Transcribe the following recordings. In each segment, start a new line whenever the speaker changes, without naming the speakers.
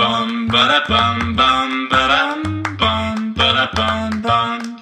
bum ba da bum bum ba dum bum ba da bum bum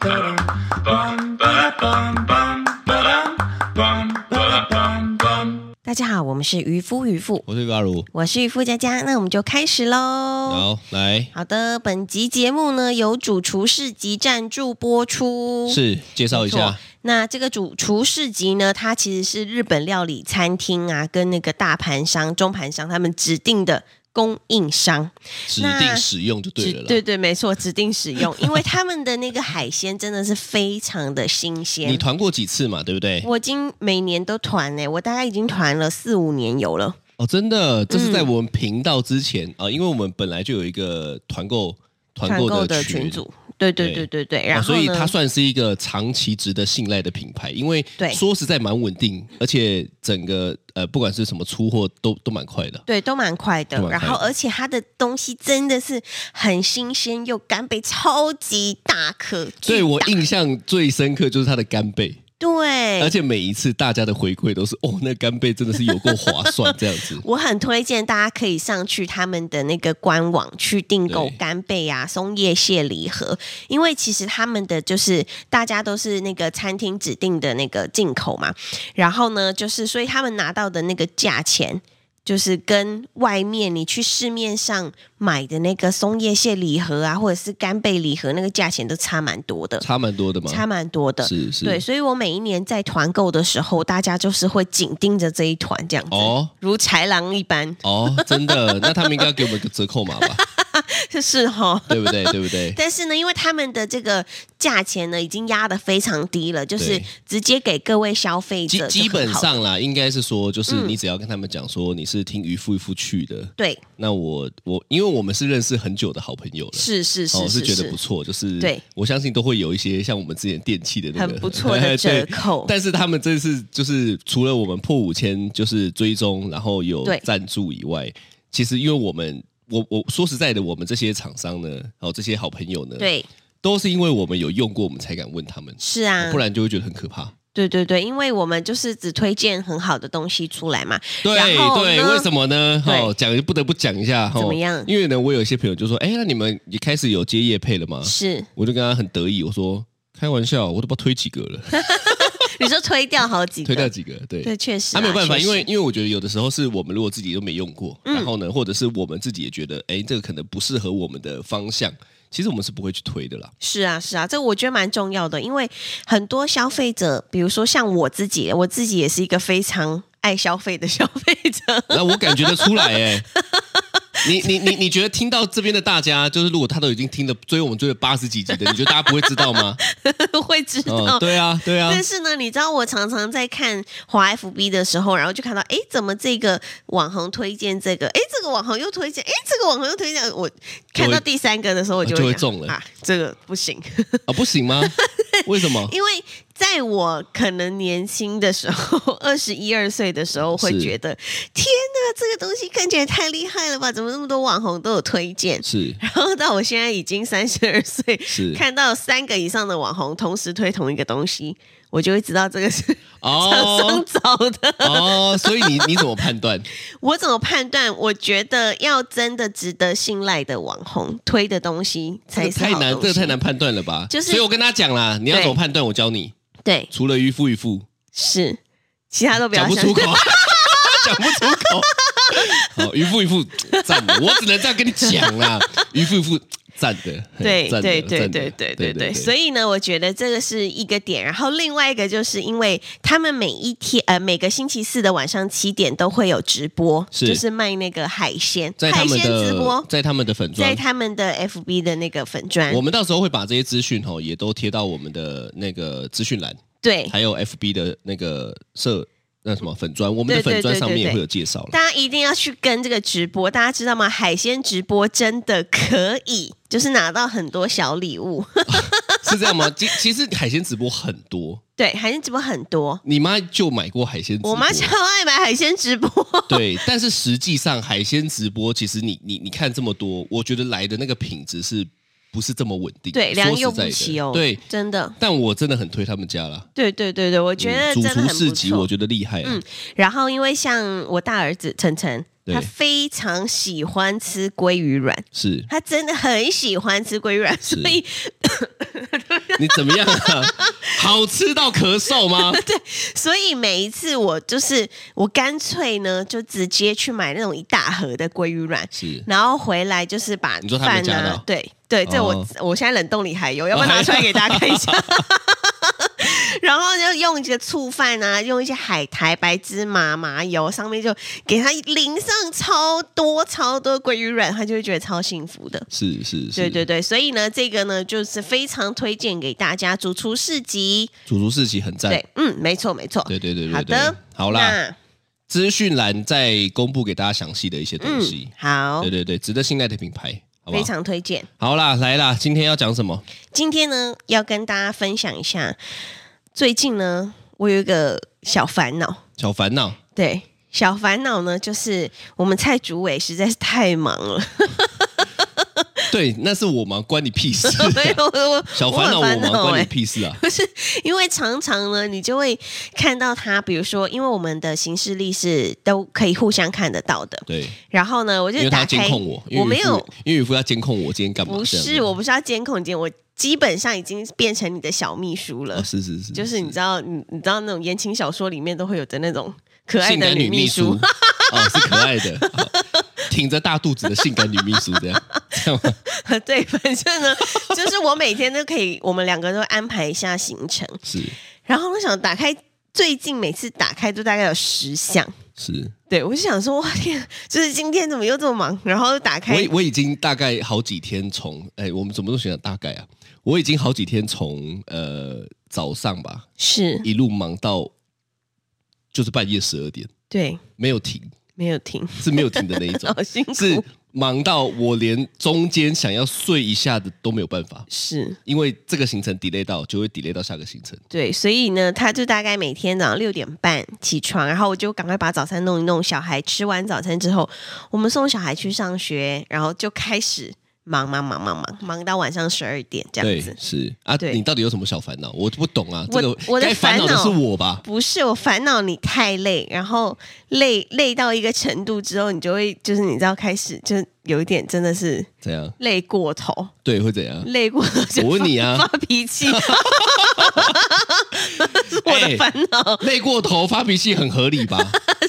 ba dum bum ba da bum bum ba dum bum ba da bum bum.
大家好，我们是渔夫渔妇，
我是巴鲁，
我是渔夫佳佳，那我们就开始喽。
好来
好的，本集节目呢由主厨市集赞助播出。
是介绍一
没
下
错，那这个主厨市集呢，它其实是日本料理餐厅啊，跟那个大盘商、中盘商他们指定的供应商。
指
那
定使用就对
指
了啦。
对对，没错，指定使用，因为他们的那个海鲜真的是非常的新
你
鲜。
团过几次嘛？对不对？
我已经每年都团呢、我大概已经团了四五年有了。
哦，真的，这
嗯
是在我们频道之前啊、因为我们本来就有一个团购团
团购
购
的
群
群组，对对对
对
对对，
啊
然后
所以
呢，
它算是一个长期值得信赖的品牌，因为
对
说实在蛮稳定，而且整个呃不管是什么出货都都蛮快的。
对都蛮快的
都，蛮
然
快
后
的
而且它的东西真的是很新鲜又干贝，超级大颗，
对
巨
我
大
印象最深刻就是它的干贝，
对，
而且每一次大家的回馈都是哦，那干贝真的是有够划 算这样子。
我很推荐大家可以上去他们的那个官网去订购
对
干贝啊、松叶蟹礼盒，因为其实他们的就是大家都是那个餐厅指定的那个进口嘛，然后呢，就是所以他们拿到的那个价钱。就是跟外面你去市面上买的那个松叶蟹礼盒啊，或者是干贝礼盒，那个价钱都差蛮多的，
差蛮多的嘛，
差蛮多的。
是是，
对，所以我每一年在团购的时候，大家就是会紧盯着这一团这样子。
哦
如豺狼一般，
哦，真的，那他们应该要给我们一个折扣码吧，
是哈。
对不对？对不对？
但是呢，因为他们的这个价钱呢，已经压得非常低了，就是
对
直接给各位消费
基
者就很好。嗯
基本上啦，应该是说，就是你只要跟他们讲说你是听渔夫渔夫去的，
对，
那我我因为我们是认识很久的好朋友了，
是是是
哦，是
是
觉得不错，就是
对，
我相信都会有一些像我们之前电器的那个
很不错的折
对
扣
但是他们这次就是除了我们破五千就是追踪，然后有
对
赞助以外，其实因为我们我我说实在的，我们这些厂商呢，还有这些好朋友呢，，
对，
都是因为我们有用过，我们才敢问他们，
是啊
哦不，然就会觉得很可怕。
对对对，因为我们就是只推荐很好的东西出来嘛。
对
然后
对，
呢
为什么呢？
对
哦，讲不得不讲一下，
怎
哦
么样
因为呢，我有一些朋友就说，哎，那你们也开始有接业配了吗？
是，
我就跟他很得意，我说开玩笑，我都不知道推几个 了，
你说推掉好几
推掉
个，
几个，对。
对，确实
他、
啊
没有办法，
确
因为
实嗯
因为我觉得有的时候是我们如果自己都没用过，然后呢，或者是我们自己也觉得，哎，这个可能不适合我们的方向，其实我们是不会去推的啦。
是啊，是啊，这我觉得蛮重要的，因为很多消费者，比如说像我自己，我自己也是一个非常爱消费的 消费者。
那我感觉得出来、 哎，你你你你觉得听到这边的大家，就是如果他都已经听了追我们追了八十几集的，你觉得大家不会知 道吗？
会知道。
嗯，对啊，对啊。
但是呢，你知道我常常在看华 FB 的时候，然后就看到，哎，怎么这个网红推荐这个，哎，这个网红又推荐，哎，这个网红又推荐。我看到第三个的时候，我就
就会
想
中了
啊，这个不行，
啊，不行 吗？为什 么？
因为在我可能年轻的时候， 二十一二岁的时候，会
是
觉得，天哪，这个东西看起来太厉害了吧？怎么那么多网红都有推荐？
是
然后到我现在已经三十二岁，
是
看到三个以上的网红同时推同一个东西，我就会知道这个是 厂商
哦
找的。
哦，所以你你怎么 判断？
我怎么判断？我觉得要真的值得信赖的网红推的东西
这
才
个
是
太
好
难，
东
这个
西
太难。判断了吧？
就是
所以我跟他讲啦，你要
对
怎么判断？我教你，
对，
除了渔夫渔夫，
是，其他都不要
讲不
相
出
信
口。， 讲不出口。好，渔夫渔夫，赞的，我只能这样跟你讲 啦。渔夫渔夫，赞的，嘿
对
赞的
对对
赞的
对对对对，所
以
以呢，我觉得这个是一个点。然后另外一个就是因为他们每一天呃每个星期四的晚上七点都会有直播，
是
就是卖那个海鲜，
在
海
他们
鲜直
的
播。
在他们的粉
在
砖，
他们的 FB 的那个粉砖
我，们到时候会把这些资讯哦，也都贴到我们的那个资讯栏。
对，
还有 FB 的那个社那什么粉砖，我们
对
的
对
粉砖
对
上面
对
也会有介绍了。
大家一定要去跟这个直播，大家知道吗？海鲜直播真的可以，就是拿到很多小礼物。
是这样吗？其其实海鲜直播很多，
对，海鲜直播很多，
你妈就买过海鲜直播。
我妈超爱买海鲜直播。
对，但是实际上海鲜直播，其实你你你看这么多，我觉得来的那个品质是不是这么稳定？
对，
说
良
实
莠
在
不
的
齐哦。
对，
真的。
但我真的很推他们家啦。
对对对对，我觉得
嗯主
真的
厨
很
市
不
集
错。嗯
我觉得厉害、啊。
然后因为像我大儿子晨晨，
对
他非常喜欢吃鲑鱼卵，
是
他真的很喜欢吃鲑鱼卵，所以
你怎么 样啊？好吃到咳嗽吗？
所以每一次我就是我干脆呢，就直接去买那种一大盒的鲑鱼卵，
是
然后回来就是把
你说他没
饭
夹
啊
到，
对对，这我、
哦
我现在冷冻里还有，要不要拿出来给大家看一 下？ 然后就用一些醋饭啊，用一些海苔、白芝麻、麻油，上面就给它淋上超多超多鲑鱼卵，他就会觉得超幸福的。
是是是，
对对对，所以呢，这个呢就是非常推荐给大家主厨市集。
主厨四喜很赞。
对，嗯，没错没错。
对对对对
好的
对，好啦，
那
资讯栏再公布给大家详细的一些东
嗯
西。，
好
对，对对，值得信赖的品牌，好不
非
好？
常推荐。
好啦，来啦，今天要讲什么？
今天呢，要跟大家分享一下，最近呢，我有一个小烦恼。
小烦恼，
对，小烦恼呢，就是我们蔡主委实在是太忙 了，
对，那是我吗？关你屁事！
所以我我
小烦恼我
很
吗？
哎
关你屁事啊！
因为常常呢，你就会看到他，比如说，因为我们的行事历是都可以互相看得到的。
对，
然后呢，我
因为
就
他
打
要监
开，
控我，因为
我没
渔夫
有，
因为渔夫要监控我今天干嘛？
不
这
是，
样子
我不是要监控你，我基本上已经变成你的小秘书了。
哦，是是是，
就是你知道，你你知道那种言情小说里面都会有的那种可爱
性
的
感女
秘
秘
书
书，哦，是可爱的，好挺着大肚子的性感女秘书 这样，这样吗？
对，反正呢，就是我每天都可以，我们两个都安排一下行程。
是
然后我想打开，最近每次打开都大概有十项。
是，
对，我就想说，哇天，就是今天怎么又这么忙？然后打开
我已我已经大概好几天从，哎，我们怎么都选了大概啊，我已经好几天从呃早上吧
是，
一路忙到就是半夜十二点，
对，
没有停，
没有停，
是没有停的那一 种，
好辛
是
苦，
忙到我连中间想要睡一下的都没有办法。
是
因为这个行程 delay 到，就会 delay 到下个行程。
对，所以呢，他就大概每天早上六点半起床，然后我就赶快把早餐弄一弄，小孩吃完早餐之后，我们送小孩去上学，然后就开始忙忙忙忙忙忙到晚上十二点这样
对
子，。
是啊，
对
你到底有什么小烦恼？我不懂啊，
我
这个
我的
该烦恼的
烦恼
是我吧？
不是我烦恼你太累，然后累累到一个程度之后，你就会就是你知道开始就是有一点真的是
怎样？
累过头，
对，会 怎样？
累过头就
我问你啊
发发脾气，是我的
哎
烦恼。
累过头发脾气很合理 吧？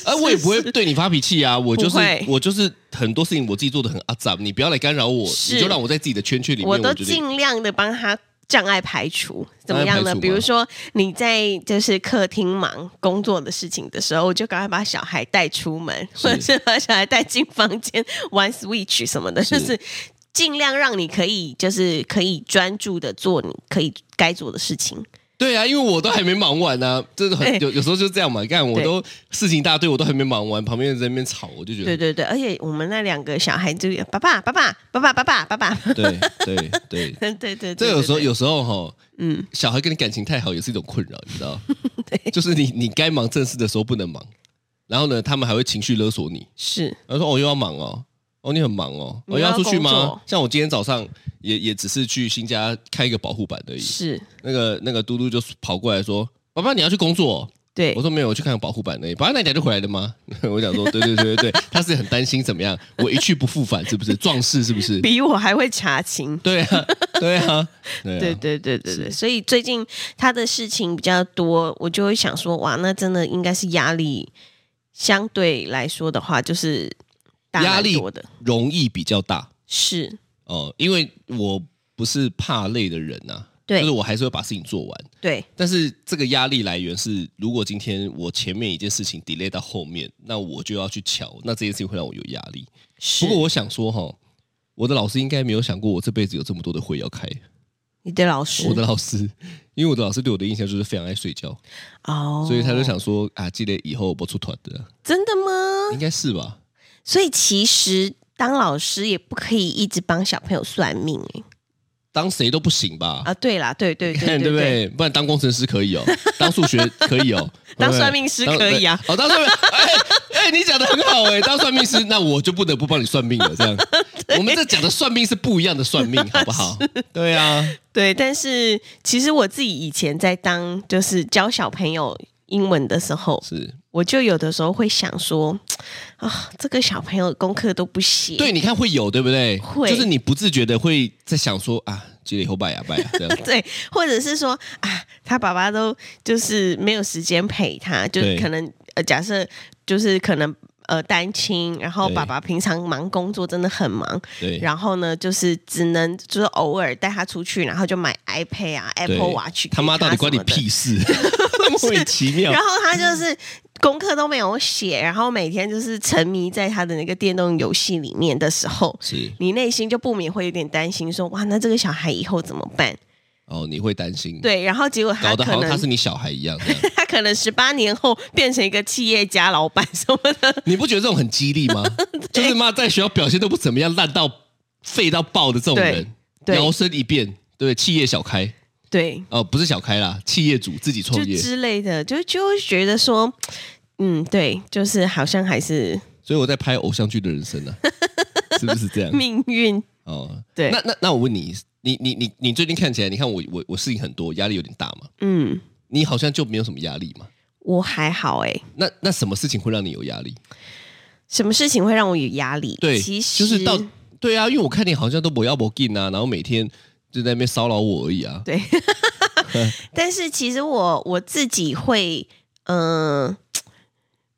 啊，我也不会对你发脾气啊，我就是
不会
我就是很多事情我自己做的很阿杂，你不要来干扰我，
是
你就让我在自己的圈圈里面，
我
我
都
觉得
尽量的帮他障碍排除，怎么
障碍
样
排
呢？
除
比如
吗
说你在就是客厅忙工作的事情的时候，我就赶快把小孩带出门，
是
或者是把小孩带进房间玩 Switch 什么的，
是
就是尽量让你可以就是可以专注的做你可以该做的事情。
对啊，因为我都还没忙完 呢、啊，就是
对
很有有时候就这样嘛，干我
哎对
都事情一大堆，我都还没忙完，旁边人在那边吵，我就觉
对对
得
对，而且我们那两个小孩就爸爸爸爸爸爸爸爸爸爸，
对对对，
对对对，
这有时候有时候哈，
嗯
嗯，小孩跟你感情太好也是一种困扰，你 知道？就是你你该忙正事的时候不能忙，然后呢，他们还会情绪勒索你，
是
然后说哦又要忙哦，哦你很忙哦，
你
哦
要
要出去
工作
吗？像我今天早上也也只是去新家开一个保护板而已，
是，
那个那个嘟嘟就跑过来说。爸爸，你要去工作哦、
对
我，说没有，我去看个保护板而已。保安那家就回来了吗？ 我想说，对对对对对，他是很担心怎么样，我一去不复返，是不是壮士？是不 是？
比我还会查情。
对啊，对啊，对啊
对对对对对，所以最近他的事情比较多，我就会想说，哇，那真的应该是压力相对来说的话，就是大
压
蛮
力
多的，
容易比较大
是
哦、因为我不是怕累的人呐、
对
就是我还是会把事情做完。
对
但是这个压力来源是，如果今天我前面一件事情 delay 到后面，那我就要去瞧，那这件事情会让我有压力。
是。
不过我想说哈，我的老师应该没有想过我这辈子有这么多的会要开。
你的老师
我的老师，因为我的老师对我的印象就是非常爱睡觉，
哦，啊
所以他就想说啊，记得以后不出团的，
真的吗？
应该是吧？
所以其实当老师也不可以一直帮小朋友算命哎
当谁都不行吧？
啊，对啦，对对对
看
对
对不，对？不然当工程师可以哦， 当数学可 以哦，
当
对不对
算命师可以啊
当对哦，当算命，哎哎，你讲的很好哎，当算命师， 那我就不得不帮你算命了。这样，我们这讲的算命是不一样的算命，好不好？对 啊，
对，但是其实我自己以前在当就是教小朋友英文的时候，
是
我就有的时候会想说，啊、这个小朋友功课都不写，
对，你看会有，对不对？
会。
就是你不自觉的会在想说啊，积累后拜呀拜呀这样
对，或者是说啊，他爸爸都就是没有时间陪他，就
对
可能呃，假设就是可能呃单亲，然后
对
爸爸平常忙工作真的很忙，
对，
然后呢就是只能就是偶尔带他出去，然后就买 iPad 啊、
对
Apple Watch，
他妈
给
到底关你
什么的
屁 事？莫名其妙
然。后他就是功课都没有写，然后每天就是沉迷在他的那个电动游戏里面的时候，
是
你内心就不免会有点担心说哇，那这个小孩以后怎么办？
哦，你会担心，，
对，然后结果他
搞得
可
好像他
能
是你小孩一样这样。
他可能十八年后变成一个企业家、老板什么的，
你不觉得这种很激励 吗？就是妈在学校表现都不怎么样，烂到废到爆的这种人，
对对
摇身一变，对，企业小开
对，
哦、不是小开啦，企业主自己
就
创业。
之类的，就就会觉得说，嗯，对，就是好像还是
所以我在拍偶像剧的 人生呢、啊，是不是这样？
命运，
哦，
对
那那那我问你，你你你你最近看起来，你看我我我事情很多，压力有点大嘛？
嗯，
你好像就没有什么压力嘛？
我还好哎、
那那什么事情会让你有压力？
什么事情会让我有压力？
对，
其实
就是到对啊，因为我看你好像都不要不进啊，然后每天就在那边骚扰我而已 啊。
对，但是其实我我自己会，嗯、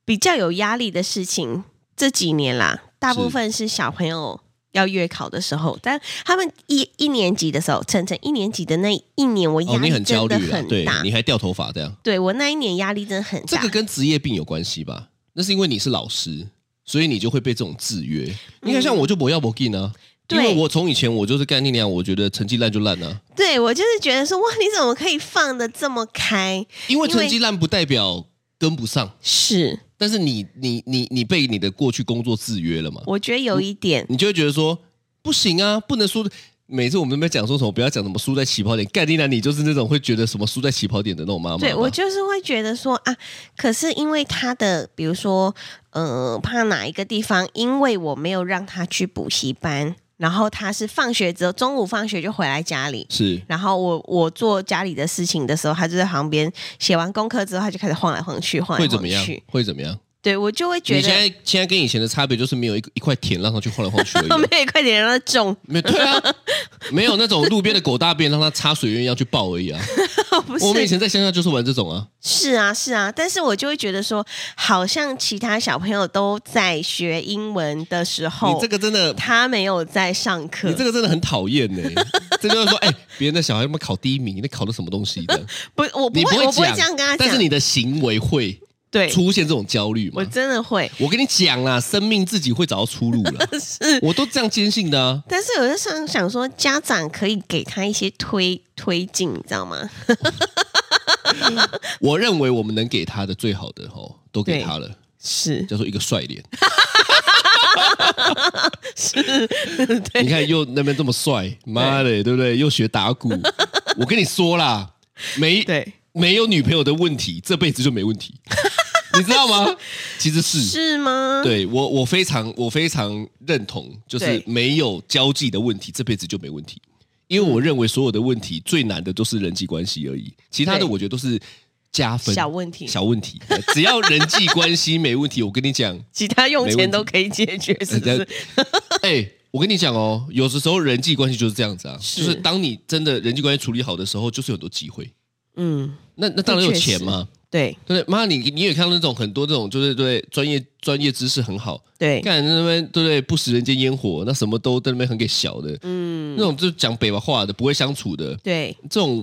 比较有压力的事情，这几年啦，大部
是
分是小朋友要月考的时候，但他们一一年级的时候，晨晨一年级的那一年，我压
哦，你
力
很焦
真的
虑啊，
很
对
大，，啊
你还掉头发这样，
对我那一年压力真的很
这
大。
个跟职业病有关系吧？那是因为你是老师，所以你就会被这种制约。你看，像我就不要不进啊，因
嗯对
为我从以前我就是干那样，我觉得成绩烂就烂啊，
对我就是觉得说，哇，你怎么可以放的这么开？
因为
因为
成绩烂不代表跟不上，
是，
但是你你你你被你的过去工作制约了嘛，
我觉得有一点，
你就会觉得说不行啊，不能输。每次我们那边讲说什么，不要讲什么输在起跑点，干你娘，你就是那种会觉得什么输在起跑点的那种妈妈吧。
对我就是会觉得说啊，可是因为他的，比如说，呃，怕哪一个地方，因为我没有让他去补习班，然后他是放学之后，中午放学就回来家里。
是
然后我我做家里的事情的时候，他就在旁边写完功课之后，他就开始晃来晃去，晃来
会怎
晃
么样
去。？
会怎么样？
对我就会觉
你现
得，
在现在跟以前的差别就是没有一个一块田让它去晃来晃去而已
后
啊，
面也快点让他种，
没有对啊，没有那种路边的狗大便让它插水源一样去爆而已啊。
不
我们以
是
前在乡下就是玩这种啊，
是啊是啊，但是我就会觉得说，好像其他小朋友都在学英文的时候，
你这个真 的，
他没有在上课，
你这个真的很讨厌 呢。这就是说，哎、别人的小孩他妈考第一名，那考的什么东西的？
不， 我不
你
会，
会
我不会
讲，
这样跟他讲。
但是你的行为会
对，
出现这种焦虑
我
嘛？
真的会
我跟你讲啦，生命自己会找到出路啦，
是，
我都这样坚信的啊。
但是有的时候想说，家长可以给他一些推推进，你知道吗？
我认为我们能给他的最好的哦，都给
对
他了，
是，
叫做一个帅脸。
对
你看又那边这么帅，妈的，对不对？又学打鼓，我跟你说啦，没
对，
没有女朋友的问题，这辈子就没问 题，你知道吗？其实是，
是 吗？，
嗯对我我非常我非常认同，就是
对
没有交际的问题，这辈子就没问题。
嗯
因为我认为所有的问题最难的都是人际关系而已，其他的
对
我觉得都是加分
小问题
小问题，只要人际关系没问题，我跟你讲，
其他用
没问
钱
题
都可以解决， 是不是？
哎、我跟你讲哦，有的时候人际关系就是这样子啊，
是
就是当你真的人际关系处理好的时候，就是有很多机会。
嗯，
那那当然有钱嘛，
对
对不对？妈，你你也看到那种很多这种，就是对专业专业知识很好，
对，
干那边对不对？不食人间烟火，那什么都在那边很给小的，
嗯，
那种就是讲北话的，不会相处的，
对
这种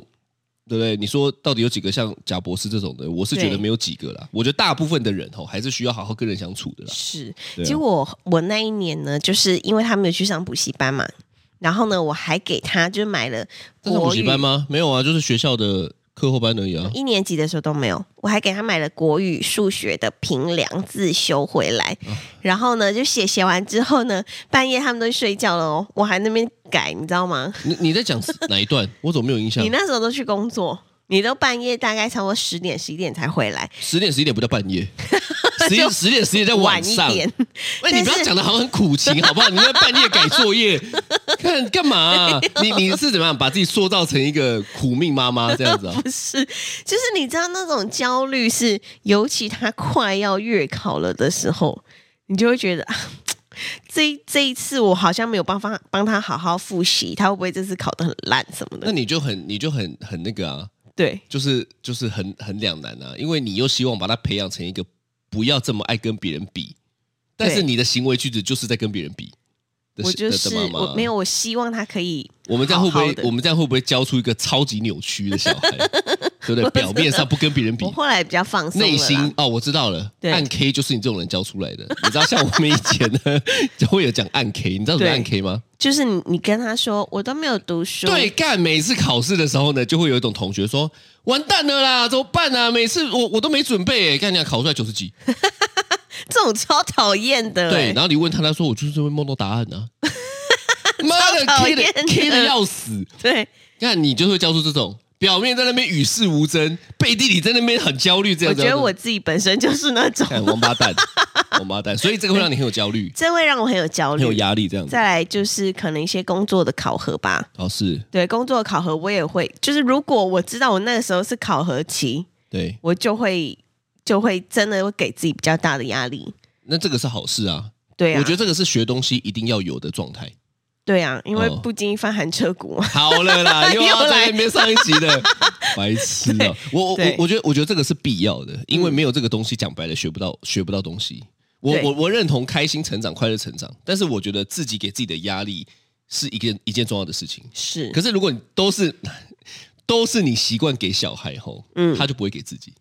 对不对？你说到底有几个像贾博士这种的？我是觉得
对
没有几个啦。我觉得大部分的人哦，还是需要好好跟人相处的啦。
是。
对啊
结果我那一年呢，就是因为他没有去上补习班嘛，然后呢，我还给他就买了
这是补
国
习
语
班吗？没有啊，就是学校的课后班而已啊。
一年级的时候都没有，我还给他买了国语、数学的评量自修回来，
嗯
然后呢，就写写完之后呢，半夜他们都去睡觉了哦，我还那边改，你知道吗？
你你在讲哪一段？我怎么没有印象
你？那时候都去工作，你都半夜大概差不多十点、十一点才回来，
十点十一点不叫半夜， 十点十点十一点在晚
晚一
上。
点，
喂，你
但
不要
是
讲的好像很苦情好不好？你在半夜改作业，看干嘛啊、你你是怎么样把自己塑造成一个苦命妈妈这样子 啊？
不是，就是你知道那种焦虑是，尤其他快要月考了的时候，你就会觉得啊，这一这一次我好像没有办法帮他好好复习，他会不会这次考得很烂什么
那
的？
你就很你就很很那个啊，
对，
就是就是很很两难啊，因为你又希望把他培养成一个不要这么爱跟别人比，但是
对
你的行为举止就是在跟别人比。的
我就
的
是
的妈妈啊
我没有，我希望他可以好好地。
我们这样会不会我们这样会不会教出一个超级扭曲的小 孩，对不对？表面上不跟别人比
我，后来比较放松了啦
内心哦，我知道了，
对
暗 K 就是你这种人教出来的。 你知道，像我们以前呢， 就会有讲暗 K，你知道什
对
么是暗 K 吗？
就是你你跟他说我都没有读书，
对，干每次考试的时候呢，就会有一种同学说：“完蛋了啦，怎么办啊？每次我我都没准备耶，干你俩考出来九 十几。
这种超讨厌”的、
对，
欸。
然后你问他，他说：“我就是会梦到答案啊。” 妈的
超讨
，K 的
厌
K 的
的
要死，
对
看你就会教出这种表面在那边与世无争，背地里在那边很焦虑这
我
样子。
觉得我自己本身就是那种，
看王八蛋，王八蛋，所以这个会让你很有焦虑，
这会 让我很有焦
很有
虑。
压力这样子。
再来就是可能一些工作的考核吧，
考试
对工作的考核我也会，就是如果我知道我那个时候是考核期，
对。
我就会就会真的会给自己比较大的压力。
那这个是好事啊，
对啊，
我觉得这个是学东西一定要有的状态。
对啊，因为
哦
不经一番寒彻骨嘛。
好了啦，又要
又来
在那边上一集 的白痴啊！我我我
对嗯
我觉得我觉得这个是必要的，因为没有这个东西，讲白了学不到学不到东西。我
对
我我认同开心成长、快乐成长，但是我觉得自己给自己的压力是一件一件重要的事情。
是
可，是如果你都是都是你习惯给小孩吼，
嗯
他就不会给自己。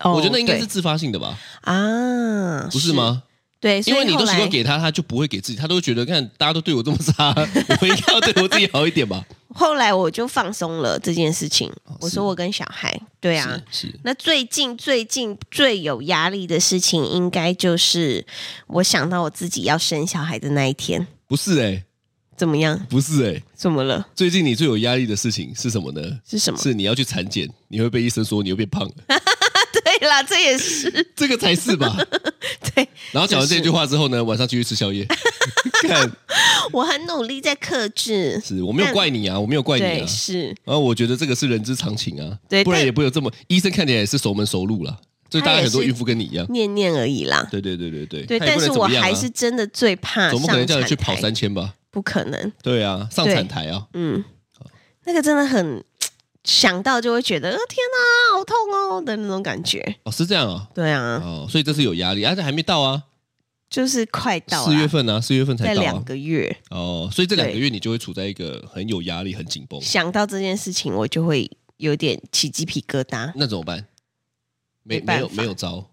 哦
我觉得应该是
对
自发性的吧，
啊，
不是？吗？
对，所以
因为你都
后
习
来
惯给他，他就不会给自己，他都会觉得看大家都对我这么差， 我应该要对我自己好一点吧？
后来我就放松了这件事情。我
哦是
说我跟小孩，对啊，
是是
那最近最近最有压力的事情，应该就是我想到我自己要生小孩的那一天，
不是哎、
怎么样？
不是哎、
怎么了？
最近你最有压力的事情是什么呢？
是什么？
是你要去产检，你会被医生说你又变胖了，
对啦，这也 是
这个才是吧？
对
然后讲完
就是
这句话之后呢，晚上继续吃 宵夜。看，
我很努力在克制。
是我没有怪你啊，我没有怪你
对，
啊。
是
然后我觉得这个是人之常情啊，
对
不然
但
也不会有这么医生看起来也是熟门熟路啦，所以大
他
概
也
很多
是
孕妇跟你一样。
念念而已啦。
对对对对对，
对，
他也
但
不能
是
怎
我
么样啊
还是真的最怕
总不可能
上
叫你去
产
跑
台
三千吧？
不可能。
对啊，上
对
产台啊，
嗯，那个真的很想到就会觉得，呃，天哪、好痛哦的那种感觉。
哦，是这样啊，
对啊，
哦，所以这是有压力，而且还没到啊，
就是快到
四月
了，
份啊，四月份才
在
到
两
啊，
个月。
哦，所以这两个
对
月你就会处在一个很有压力、很紧绷，
想到这件事情，我就会有点起鸡皮疙瘩。
那怎么办？没
没
没
办
有
法
没有招，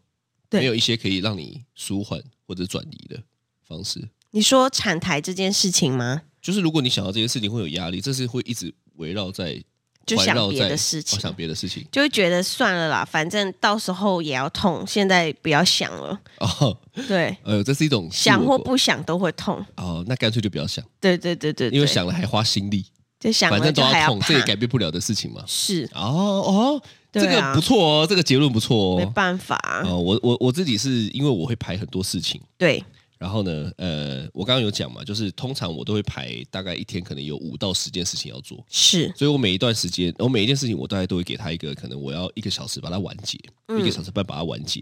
对
没有一些可以让你舒缓或者转移的方式，
你说产台这件事情吗？
就是如果你想到这件事情会有压力，这是会一直围绕在
就
环
想
绕
别
在
的事情
哦想别的事情
就会觉得算了啦，反正到时候也要痛，现在不要想了。
哦，
对，
呃，这是一种自
想
我
或
过
不想都会痛。
哦，那干脆就不要想，
对对对对对，
因为想了还花心力，
就想
反
了
正都
就还
痛，
怕
这也改变不了的事情嘛。
是
哦哦，这
对
个
啊
不错哦，这个结论不错
没
哦。
办法啊、
哦，我我我自己是因为我会排很多事情，
对，
然后呢，呃，我刚刚有讲嘛，就是通常我都会排大概一天可能有五到十件事情要做，
是
所以我每一段时间，我每一件事情我大概都会给他一个可能我要一个小时把它完结，一个小时半把它完结。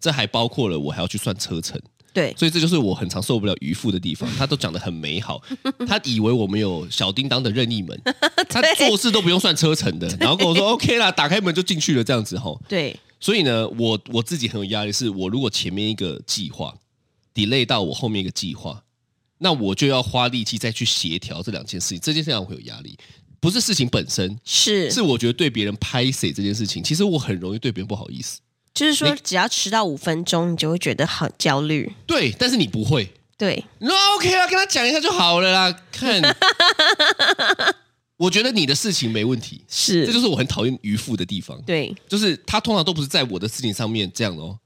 这还包括了我还要去算车程，
对，
所以这就是我很常受不了渔夫的地方。他都讲的很美好，他以为我们有小叮当的任意门，他做事都不用算车程的，然后跟我说 OK 啦，打开门就进去了这样子吼。
对，
所以呢，我我自己很有压力，是我如果前面一个计划 delay 到我后面一个计划，那我就要花力气再去协调这两件事情，这件事情让我会有压力，不是事情本身。
是
是我觉得对别人拍谁这件事情，其实我很容易对别人不好意思。
就是说
你
只要迟到五分钟，你就会觉得好焦虑。
对，但是你不会，
对，
那 OK 啊，跟他讲一下就好了 啦。看，我觉得你的事情没问题，这
是，
就是我很讨厌渔夫的地方。
对，
就是他通常都不是在我的事情上面这样哦，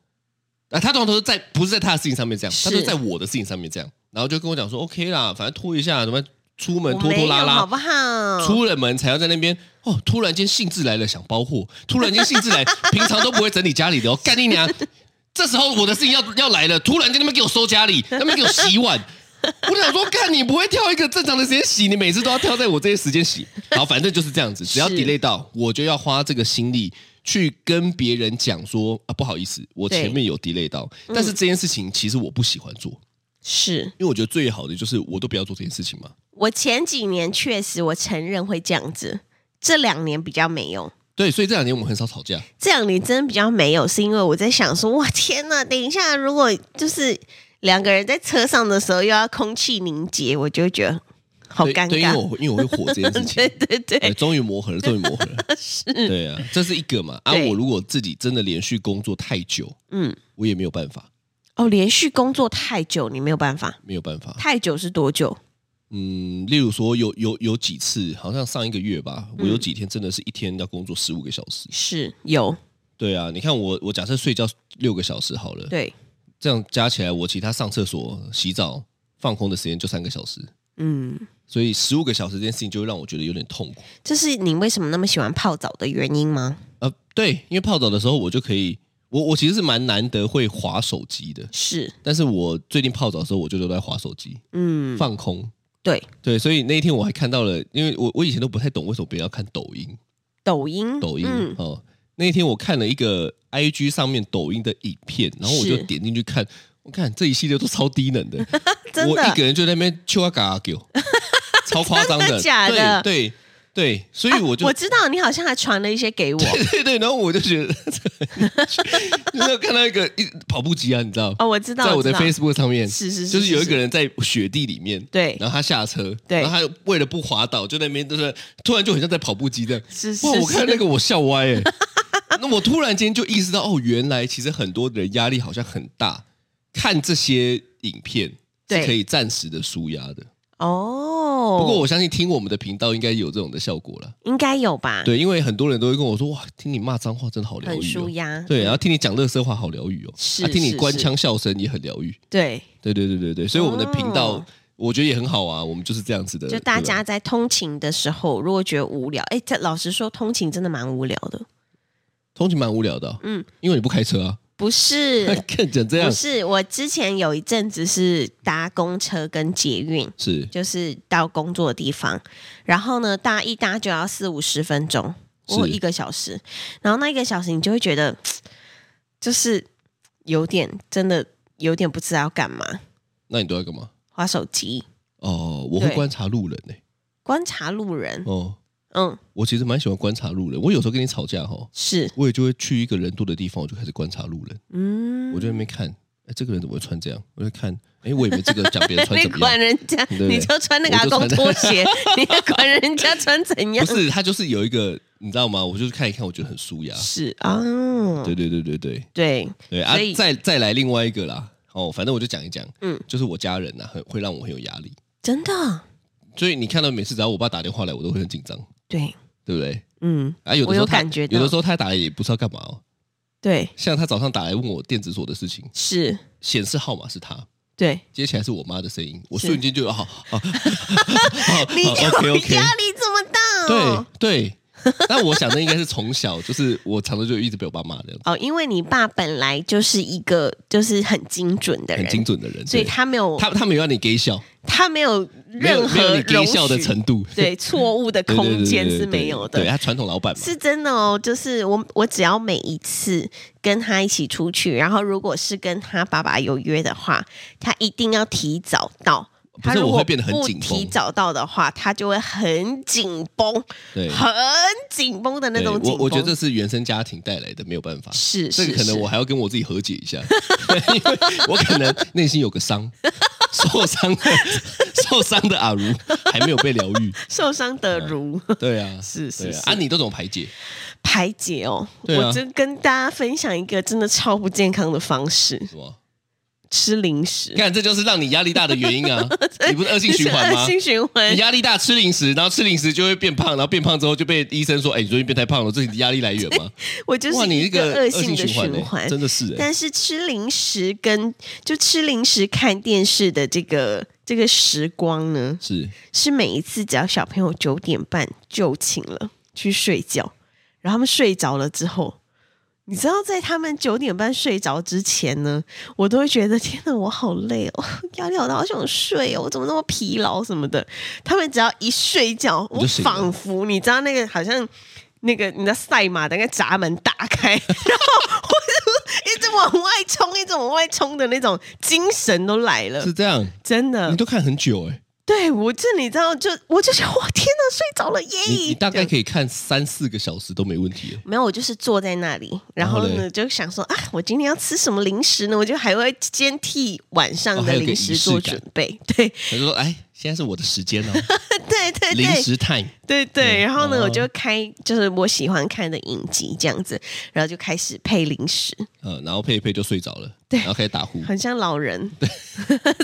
啊，他通常都是在不是在他的事情上面这样，
是
他都是在我的事情上面这样，然后就跟我讲说 OK 啦，反正拖一下，怎么出门
我
拖拖
没
拉
有好
拉。
不好？
出了门才要在那边哦，突然间兴致来了想包货，突然间兴致来，平常都不会整理家里的哦，干你娘！这时候我的事情要要来了，突然间他们给我收家里，他们给我洗碗，我想说，干你不会挑一个正常的时间洗，你每次都要挑在我这些时间洗。然后反正就是这样子，只要
是
delay 到，我就要花这个心力去跟别人讲说啊，不好意思，我
对
前面有 delay 到。但是这件事情其实我不喜欢做，
是
因为我觉得最好的就是我都不要做这件事情嘛。
我前几年确实我承认会这样子，这两年比较没有。
对，所以这两年我们很少吵架。
这两年真的比较没有，是因为我在想说，哇天呐，等一下如果就是两个人在车上的时候又要空气凝结，我就会觉得好
对
尴
对，因为
尬。
我因为我会火这件事情。
对对
哎
对，
终于磨合了，终于磨合了。 对啊，这是一个嘛。啊，
对
我如果自己真的连续工作太久，
嗯，
我也没有办法，
哦，连续工作太久，你没有办法。
没有办法。
太久是多久？
嗯，例如说有有有几次，好像上一个月吧，我有
嗯
几天真的是一天要工作十五个小时。
是有
对啊，你看我我假设睡觉六个小时好了，
对，
这样加起来我其他上厕所、洗澡、放空的时间就三个小时，
嗯，
所以十五个小时这件事情就会让我觉得有点痛苦。
这是你为什么那么喜欢泡澡的原因吗？
呃，对，因为泡澡的时候我就可以，我我其实是蛮难得会划手机的，
是，
但是我最近泡澡的时候我就都在划手机，
嗯，
放空。
对，
对，所以那一天我还看到了，因为我我以前都不太懂为什么别人要看抖音，
抖音，
抖音、
嗯，
哦。那一天我看了一个 IG 上面抖音的影片，然后我就是点进去看，我看这一系列都超低能的，
真
我一
的
个人就在那边秋啊嘎啊给我，超夸张
真的假的啊
对对对，所以我就、
哎我知道你好像还传了一些给我。
对 对，然后我就觉得， 就是看到一个一跑步机啊，你知道，
哦，我知道，
在我的
知道
Facebook 上面，
是是是
就是有一个人在雪地里面，
对
然后他下车，
对
然后他为了不滑倒，就在那边就是突然就很像在跑步机这样，
是是
哇，我看
是
那个我笑歪哎，那我突然间就意识到，哦，原来其实很多人压力好像很大，看这些影片是
对
可以暂时的舒压的。
哦，
不过我相信听我们的频道应该有这种的效果了，
应该有吧？，
对，因为很多人都会跟我说，哇，听你骂脏话真的好
嗯
疗
很
愈、
舒
哦。
压。
对，然后听你讲乐色话好疗愈哦，
是
啊听你
是
官
是
腔笑声也很疗愈。
对，
对对对对对，所以我们的频道、
哦
我觉得也很好啊，我们就是这样子的，
就大
对啊吧
家在通勤的时候，如果觉得无聊，哎，这老实说，通勤真的蛮无聊的。
通勤蛮无聊的、嗯
嗯，
因为你不开车啊，
不是，
看成 这样
不是，我之前有一阵子是搭公车跟捷运，
是
就是到工作的地方，然后呢，搭一搭就要四五十分钟，
是
或一个小时，然后那一个小时你就会觉得，就是有点真的有点不知道要干嘛，
那你都要干嘛？
划手机，
哦，我会
对
观察路人呢、
观察路人，
哦，
嗯，
我其实蛮喜欢观察路人，我有时候跟你吵架哈、哦，
是，
我也就会去一个人多的地方，我就开始观察路人，
嗯，
我就在那边看，哎，这个人怎么会穿这样？我就看，哎，我也没这个讲别人 穿
你
怎么
管
样。
人家，
对不对
你就穿那个阿
我
公
就
拖
穿
鞋，你还管人家穿怎
不
样？
是，啊他就是有一个，你知道吗？我就是看一看，我觉得很舒压。
是啊，
对对对对对，
对，
对啊
所，以
再再来另外一个啦。哦，反正我就讲一讲，嗯
嗯，
就是我家人呐、很会让我很有压力，
真的，
所以你看到每次只要我爸打电话来，我都会很紧张，
对，
对不对？
嗯，
啊，有的
我
时候
有
他
感觉到
有的时候他打来也不知道干嘛哦。
对，
像他早上打来问我电子锁的事情，
是，
显示号码是他，
对，
接起来是我妈的声音，我
是
瞬间就啊好 好啊
你有
OK OK，
压力这么大
哦对
哦？
对。那我想的应该是从小就是我常常就一直被我爸骂的，
哦，因为你爸本来就是一个就是很精准的人，
很精准的人，
所以
对
他没有
他他没有让你给笑，
他没有
没
任
有没有
何
你给
容
笑的
许
程度，
对错误的
对对对
空间
对对
是
对
没有
对
的。
他传统老板嘛，
是真的哦，就是我我只要每一次跟他一起出去，然后如果是跟他爸爸有约的话，他一定要提早到。
不
他
是
如
我
果
会变得很
不
紧绷
提早到的话，他就会很紧绷，
对，
很紧绷的那
对
种紧
我
绷。
我觉得这是原生家庭带来的，没有办法。
是
这
是
个可能
是
我还要跟我自己和解一下， 因为我可能内心有个伤，受伤的受伤的阿如还没有被疗愈。
受伤的如、
对啊，
是是
对啊
是
啊，你都怎么排解？
排解哦。
对啊
我就跟大家分享一个真的超不健康的方式
什么？
——吃零食
你。看，这就是让你压力大的原因啊！你不是恶性循 环
这是
吗
恶？性循环
你。压力大吃零食，然后吃零食就会变胖，然后变胖之后就被医生说：“哎，你最近变太胖了，这是你的压力来源 吗
我？”就
哇，
是
你
一
这个
恶
恶
性
性
的
循环
循
欸，
环。
真的是欸
但是吃零食跟就吃零食看电视的这个这个时光呢，
是
是每一次只要小朋友九点半就寝了去睡觉，然后他们睡着了之后，你知道，在他们九点半睡着之前呢，我都会觉得天哪，我好累哦， 压力好大，好想睡哦，我怎么那么疲劳什么的。他们只要一睡觉，
你
我
就醒了
仿佛你知道那个好像那个你的赛马的那个闸门打开， 然后我就一直往外冲，一直往外冲的那种精神都来了
是，这样，
真的
你。都看很久哎、
对我这你知道，就我就想，哇，天哪，睡着了耶！
你你大概
就
可以看三四个小时都没问题欸。
没有，我就是坐在那里，然后
然后
呢就想说啊，我今天要吃什么零食呢？我就还会先替晚上
哦
的
还有个
零食
仪式
做
感
准备。 对
他就说：“哎，现在是我的 时间哦，
对哎对
零
对
食 time。
对对，
嗯
然后呢，
哦
我就开就是我喜欢看的影集这样子，然后就开始配零食，”
呃，然后配一配就睡着了，
对
然后开始打呼。
很像老 人，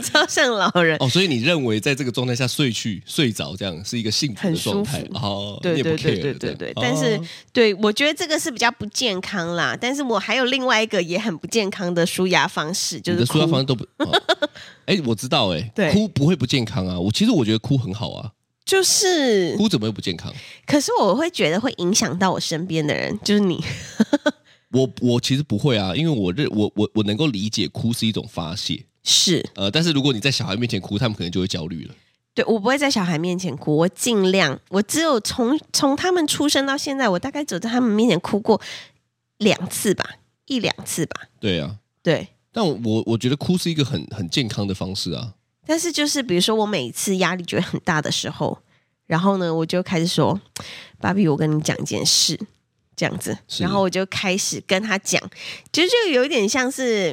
超像老人。
哦，所以你认为在这个状态下睡去睡着这样是一个幸福
很
的
舒
状态
服
哦？你
对
也不
对对
care
对
这
对
样
对，
哦
但是对我觉得这个是比较不健康啦。但是我还有另外一个也很不健康的舒压方式，就
你
是
的舒压
哭
方式都不，哦 哎，我知道哎
对，
哭不会不健康啊。我其实我觉得哭很好啊，
就是
哭怎么会不健康？
可是我会觉得会影响到我身边的人，就是你。
我我其实不会啊，因为我认我我我能够理解哭是一种发泄，
是
呃，但是如果你在小孩面前哭，他们可能就会焦虑了。
对我不会在小孩面前哭，我尽量，我只有从从他们出生到现在，我大概只有在他们面前哭过两次吧，一两次吧。
对啊，
对，
但我我我觉得哭是一个很很健康的方式啊。
但是就是比如说我每一次压力觉得很大的时候，然后呢，我就开始说：“芭比，我跟你讲一件事。”这样子，
是
然后我就开始跟他讲，其实就有一点像是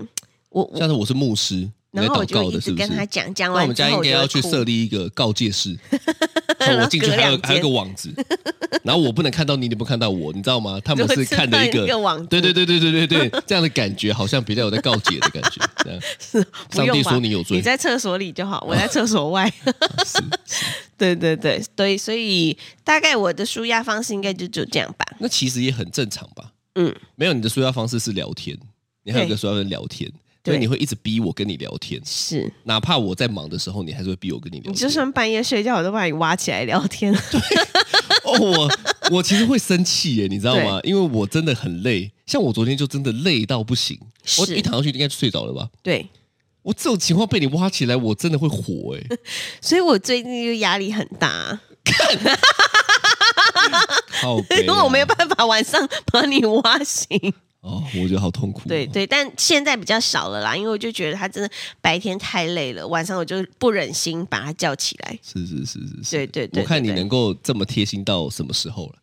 我我，
像是我是牧师，你在
然后我
祷
就
告
一
的，是
直
不
跟
是？
他讲，讲
那我
完
们
之
家
后
应
我
该
就
要
会
去
哭
设立一个告 诫室，
然
我
后
进去
隔
还有
两
还有
间
个网子，然后我不能看到你，你不能看到我，你知道吗？他们是看的一
就会吃饭一个
个
网子，
对对对对对对对，这样的感觉好像比较有在告诫的感觉。这样
不
上
用
帝
吧
说你有罪
你，在厕所里就好，我在厕所外。
是
对对对，对，所以大概我的舒压方式应该就就这样吧。
那其实也很正常吧？
嗯，
没有你的舒压方式是聊天，你还有一
对
个舒压方式聊天，
对
所以你会一直逼我跟你聊天，
是
哪怕我在忙的时候，你还是会逼我跟你聊
你
天。
就 算半夜睡觉，我都把你挖起来聊天。
哦，我我其实会生气耶，你知道吗？因为我真的很累，像我昨天就真的累到不行，我
是
一躺上去应该就睡着了吧？
对，
我这种情况被你挖起来，我真的会 火哎！
所以我最近就压力很大啊、
好、啊，
因为我没有办法晚上把你挖醒。
哦，我觉得好痛苦、
对，对，但现在比较少了啦，因为我就觉得他真的白天太累了，晚上我就不忍心把他叫起来。
是是是是是，
对对对
我看
对
你
对
能够这么贴心到什么时候了。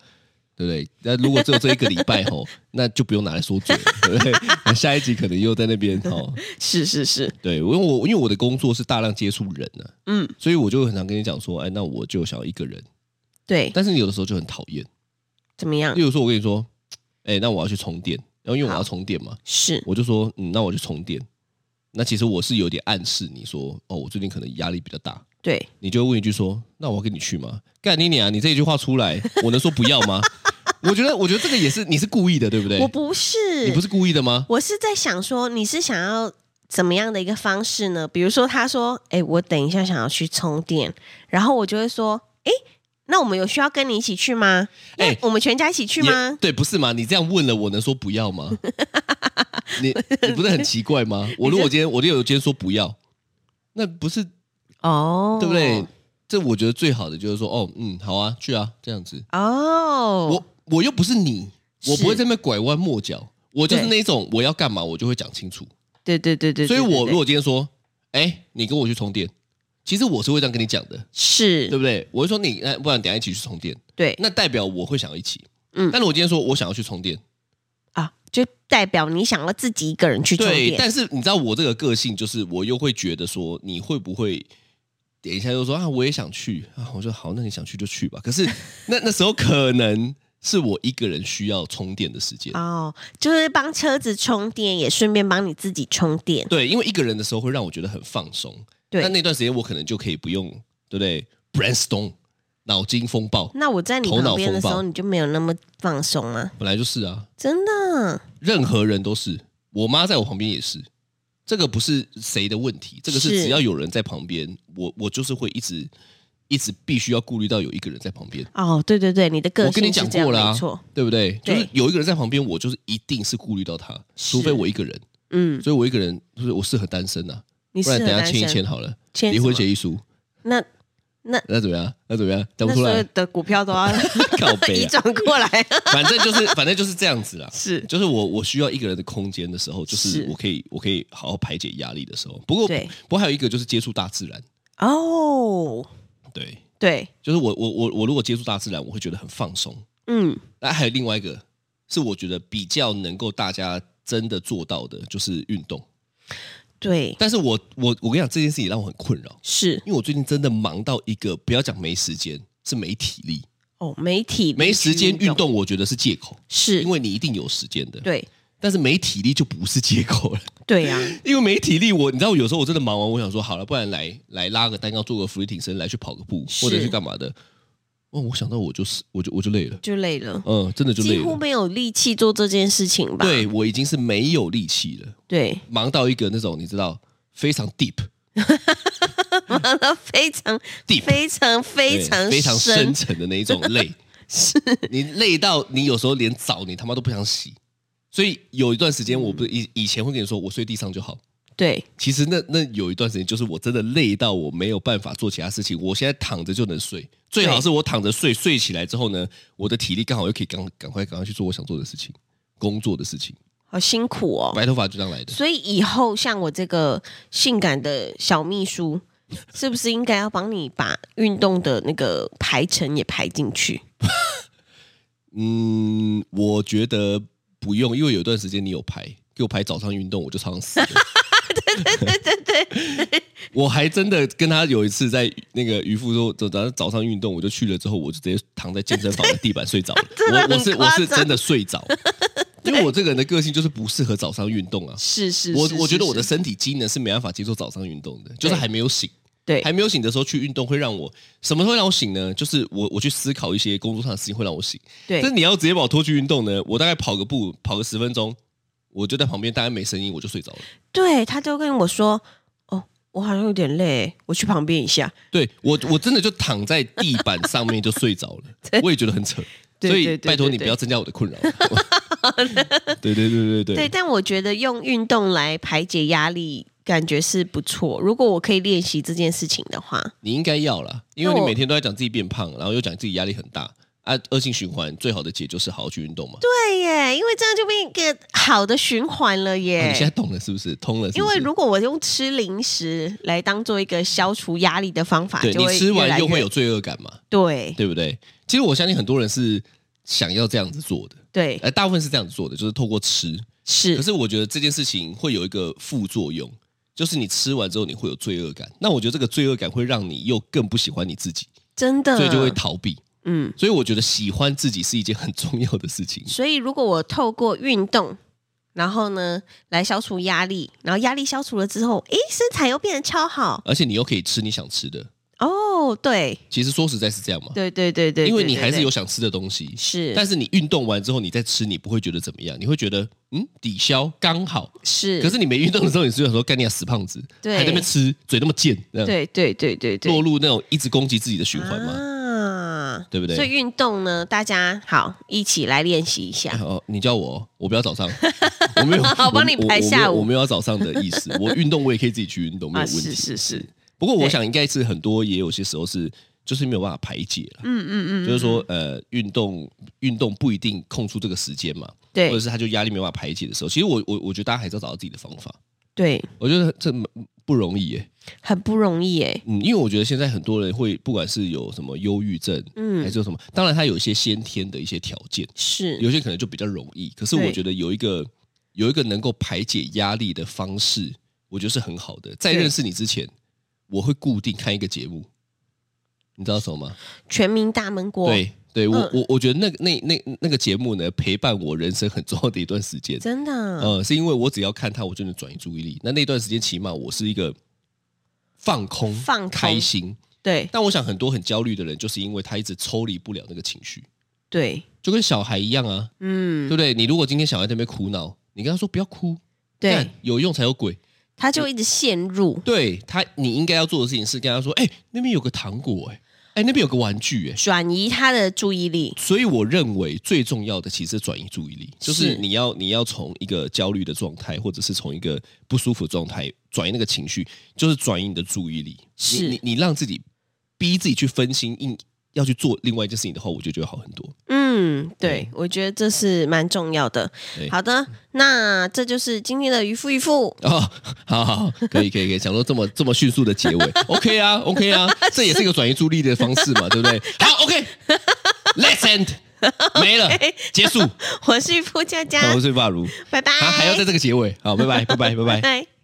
对不对？那如果只有这一个礼拜吼， 那就不用拿来说嘴了，对不对？那下一集可能又在那边哦。
是是是，
对，因为我因为我的工作是大量接触人呢、啊，
嗯，
所以我就很常跟你讲说，哎，那我就想要一个人。
对，
但是你有的时候就很讨厌，
怎么样
例？如说，我跟你说，哎、那我要去充电，然后因为我
好
要充电嘛，
是
我就说，嗯，那我去充电。那其实我是有点暗示你说，哦，我最近可能压力比较大，
对，
你就会问一句说，那我要跟你去吗？干你娘！你这一句话出来，我能说不要吗？ 我觉得，我觉得这个也是你是故意的，对不对？
我不是，
你不是故意的吗？
我是在想说，你是想要怎么样的一个方式呢？比如说，他说：“哎、我等一下想要去充电。”然后我就会说：“哎、那我们有需要跟你一起去吗？哎、
哎
我们全家一起去
也
吗
对，不是吗？你这样问了，我能说不 要吗？你你不是很奇怪吗？我如果今天我就有今天说不要，那不是？”
哦，
对不对？？这我觉得最好的就是说，哦，嗯，好啊，去啊，这样子。
哦，
我我又不是你，
是
我不会在那边拐弯抹角，我就是
对
那种我要干嘛，我就会讲清楚。
对对对对，
所以
对对
我
对
如果今天说，哎，你跟我去充电，其实我是会这样跟你讲的，对
是
不对？我会说你，那不然等一下一起去充电，
对
那代表我会想要一起。
嗯
嗯，但是我今天说我想要去充电，
啊，就代表你想要自己一个人去充
对，
电，
但是你知道我这个个性，就是我又会觉得说，你会不会点一下就说啊，我也想去啊？我说好，那你想去就去吧。可是那那时候可能是我一个人需要充电的时间，
哦，就是帮车子充电，也顺便帮你自己充电。
对，因为一个人的时候会让我觉得很放松。
对
那那段时间我可能就可以不用，对不对？brainstorm 脑筋风暴，
那我在你
头脑
旁边的
风
时
暴
候，你就没有那么放松吗？
本来就是啊，
真的，
任何人都是，我妈在我旁边也是。这个不是谁的问题，这个是
是
只要有人在旁边，我我就是会一直一直必须要顾虑到有一个人在旁边。
哦，对对对，你的个
我跟你
性
讲
是这样，
过了、啊
没错，，
对不对？就
对
是有一个人在旁边，我就是一定是顾虑到他，除非我一个人。
嗯，
所以我一个人就是我适合单身呐、
你
不
适合
然等下
单身。
签一签好了，
签
离婚
什么
协议书，
那
那怎么样？那怎么样？
那
讲不出
所有
来，
的股票都 要
靠背、
移
啊，
转过 来，
反正就是反正就是这样子啦。
是
就是我我需要一个人的空间的时候，就是
是
我可以我可以好好排解压力的时候。不过
对
不过还有一个就是接触大自然，
哦，
对，
对，
就是我我我我如果接触大自然，我会觉得很放松。
嗯，
那还有另外一个是我觉得比较能够大家真的做到的，就是运动。
对，
但是我我我跟你讲这件事情让我很困扰，
是
因为我最近真的忙到一个，不要讲没时间，是没体力，
哦，媒体
没时间运
动
动，我觉得是借口，
是
因为你一定有时间的。
对
但是没体力就不是借口了，
对啊呀、
因为没体力我，你知道，有时候我真的忙完，我想说好了，不然来来拉个单杠，做个俯卧撑，来去跑个步，
是
或者去干嘛的。哦，我想到我就是，我就我就累了，
就累了，
嗯，真的就累
几乎
了。
没有力气做这件事情吧？
对我已经是没有力气了，
对，
忙到一个那种你知道非常 deep
忙得非常
deep
非常非常
对非常深
深
沉的那一种 累，是你累到你有时候连澡你他妈都不想洗。所以有一段时间，我不是以以前会跟你说我睡地上就好，
对
其实那那有一段时间就是我真的累到我没有办法做其他事情，我现在躺着就能睡，最好是我躺着睡，睡起来之后呢，我的体力刚好又可以赶赶快赶快去做我想做的事情，工作的事情，
好辛苦哦。
白头发就这样来的。
所以以后像我这个性感的小秘书，是不是应该要帮你把运动的那个排程也排进去？
嗯，我觉得不用，因为有一段时间你有排，给我排早上运动，我就常常死了。 对对对对对，我还真的跟他有一次在那个渔夫说，早早早上运动，我就去了之后，我就直接躺在健身房的地板睡 着了。我我是
很
我
夸
是
张
真的 睡着，因为我这个人的个性就是不适合早上运动啊。
是是
我
是
我觉得我的
是
身体机能是没办法接受早上运动的，就是
对
还没有醒。
对
还没有醒的时候去运动会让我什么时候让我醒呢？就是我我去思考一些工作上的事情会让我醒。
对
但是你要直接把我拖去运动呢，我大概跑个步，跑个十分钟，我就在旁边，大概没声音，我就睡着了。
对，他就跟我说：“哦，我好像有点累，我去旁边一下。
对我，我真的就躺在地板上面就睡着了，我也觉得很扯。
对
所以
对对
拜托
对
你不
对
要增加我的 困扰。对对对对对
对，但我觉得用运动来排解压力，感觉是不错。如果我可以练习这件事情的话，
你应该要啦，因为你每天都在讲自己变胖，然后又讲自己压力很大啊，恶性循环最好的解就是好好去运动嘛。
对耶，因为这样就变一个好的循环了耶。
啊你现在懂了是不是？通了是
因
不是
为如果我用吃零食来当做一个消除压力的方法，
对
啊就
你
会
吃
越
完
来
又
越
会有罪恶感嘛，
对
对不对？其实我相信很多人是想要这样子做的，
对
呃，大部分是这样子做的，就是透过吃。可
是
是我觉得这件事情会有一个副作用，就是你吃完之后你会有罪恶感。那我觉得这个罪恶感会让你又更不喜欢你自己，
真的，
所以就会逃避。
嗯。
所以我觉得喜欢自己是一件很重要的事情。
所以如果我透过运动，然后呢来消除压力，然后压力消除了之后，诶，身材又变得超好
而且你又可以吃你想吃的，
哦。对
其实说实在是这样嘛，
对对对对，
因为
对
你
对
还是
对
有想吃的东西，
是，
但是你运动完之后你再吃，你不会觉得怎么样，你会觉得嗯抵消刚好，
是，
可是你没运动的时候，你是想说干你啊死胖子，
对
还在那边吃，嘴那么贱，这样
对对对对对，
落入那种一直攻击自己的循环嘛？
啊，
对不对
所以运动呢，大家好一起来练习一下。
哦，你叫我哦，我不要 早上，我没有，
我帮你
我
排
我我没有
下午
我没有要早上的意 思。我运动我也可以自己去运动，没有
啊，
问题。
是是是，
不过我
对
想应该是很多也有些时候是就是没有办法排解了，
嗯嗯嗯，
就是说呃运动运动不一定空出这个时间嘛，或者
对
是他就压力没有办法排解的时候，其实我我我觉得大家还是要找到自己的方法。
对，
我觉得这蛮不容易耶、
很不容易哎，
嗯，因为我觉得现在很多人会，不管是有什么忧郁症，
嗯
还是有什么，当然他有一些先天的一些条件，
是
有些可能就比较容易。可是
对
我觉得有一个有一个能够排解压力的方式，我觉得是很好的。在
对
认识你之前，我会固定看一个节目，你知道什么吗？
全民大闷锅，
对，对我、
嗯
我我觉得那个那那那个节目呢，陪伴我人生很重要的一段时间。
真的，啊
呃，是因为我只要看它，我就能转移注意力。那那段时间，起码我是一个放空、
放空
开心。
对
但我想很多很焦虑的人，就是因为他一直抽离不了那个情绪，
对，
就跟小孩一样啊，对
嗯，
不对？你如果今天小孩在那边哭闹，你跟他说不要哭，
对
干，有用才有鬼。
他就一直陷入，
对他，你应该要做的事情是跟他说，哎、那边有个糖果、哎，哎，那边有个玩具，哎，
转移他的注意力。
所以我认为最重要的其实是转移注意力，就是
是
你要你要从一个焦虑的状态，或者是从一个不舒服的状态转移那个情绪，就是转移你的注意力。你
是
你你让自己逼自己去分心，硬要去做另外一件事情的话，我就觉得好很多。
嗯，
对
对，我觉得这是蛮重要的
对。嗯
好的，那这就是今天的渔夫渔妇。
哦，好好好，可以可以可以，想说这么这么迅速的结尾，OK 啊 OK 啊，这也是一个转移注意力的方式嘛，对不对？好，OK，Let's、end，没 了结束。
我是渔夫佳佳
好，我，是发如，
拜拜。
啊，还要在这个结尾，好，拜拜拜拜拜拜。
拜。